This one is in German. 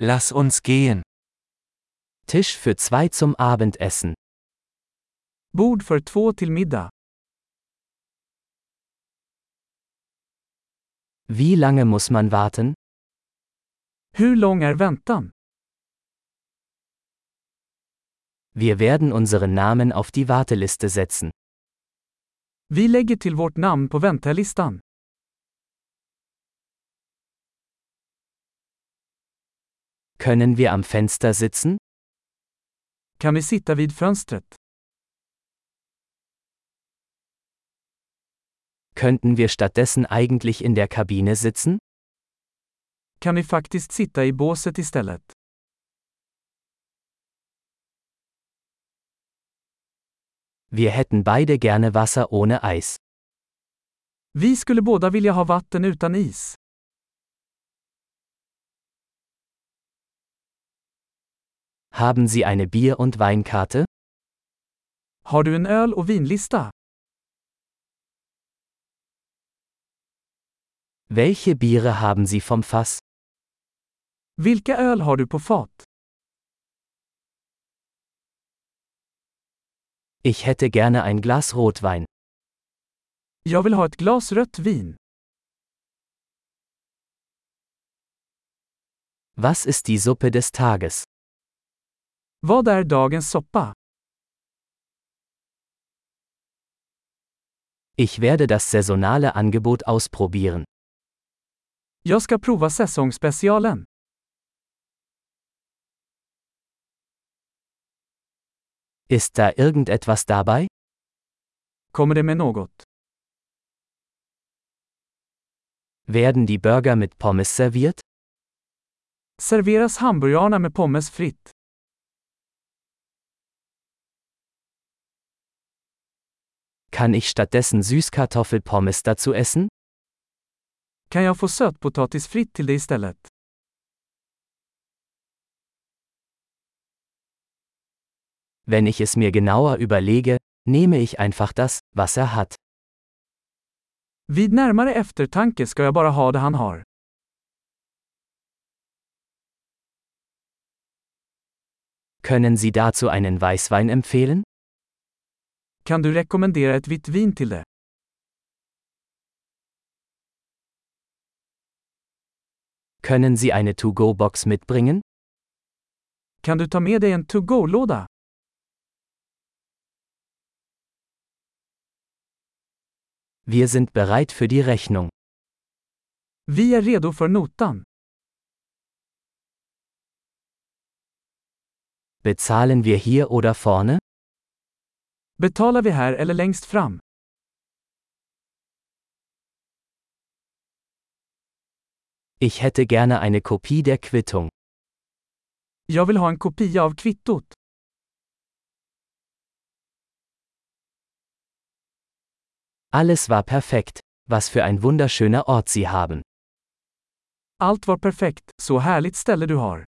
Lass uns gehen. Tisch für zwei zum Abendessen. Bord för två till middag. Wie lange muss man warten? Hur lång är väntan? Wir werden unseren Namen auf die Warteliste setzen. Vi lägger till vårt namn på väntelistan. Können wir am Fenster sitzen? Kan vi sitta vid fönstret? Könnten wir stattdessen eigentlich in der Kabine sitzen? Kan vi faktiskt sitta i båset istället? Wir hätten beide gerne Wasser ohne Eis. Vi skulle båda vilja ha vatten utan is. Haben Sie eine Bier- und Weinkarte? Har du en öl och vinlista? Welche Biere haben Sie vom Fass? Vilka öl har du på fat? Ich hätte gerne ein Glas Rotwein. Jag vill ha ett glas rött vin. Was ist die Suppe des Tages? Vad är dagens soppa? Ich werde das saisonale Angebot ausprobieren. Jag ska prova säsongsspecialen. Ist da irgendetwas dabei? Kommer det med något? Werden die Burger mit Pommes serviert? Serveras hamburgarna med pommes fritt? Kann ich stattdessen Süßkartoffelpommes dazu essen? Kan jag få sötpotatis fritt till det istället? Wenn ich es mir genauer überlege, nehme ich einfach das, was er hat. Vid närmare eftertanke ska jag bara ha det han har. Können Sie dazu einen Weißwein empfehlen? Kan du rekommendera ett vitt vin till det? Können Sie eine To-Go-Box mitbringen? Kan du ta med dig en to-go-låda? Wir sind bereit für die Rechnung. Vi är redo för notan. Bezahlen wir hier oder vorne? Betalar vi här eller längst fram? Ich hätte gerne eine Kopie der Quittung. Jag vill ha en kopia av kvittot. Alles war perfekt. Was für ein wunderschöner Ort Sie haben. Allt var perfekt, så härligt ställe du har.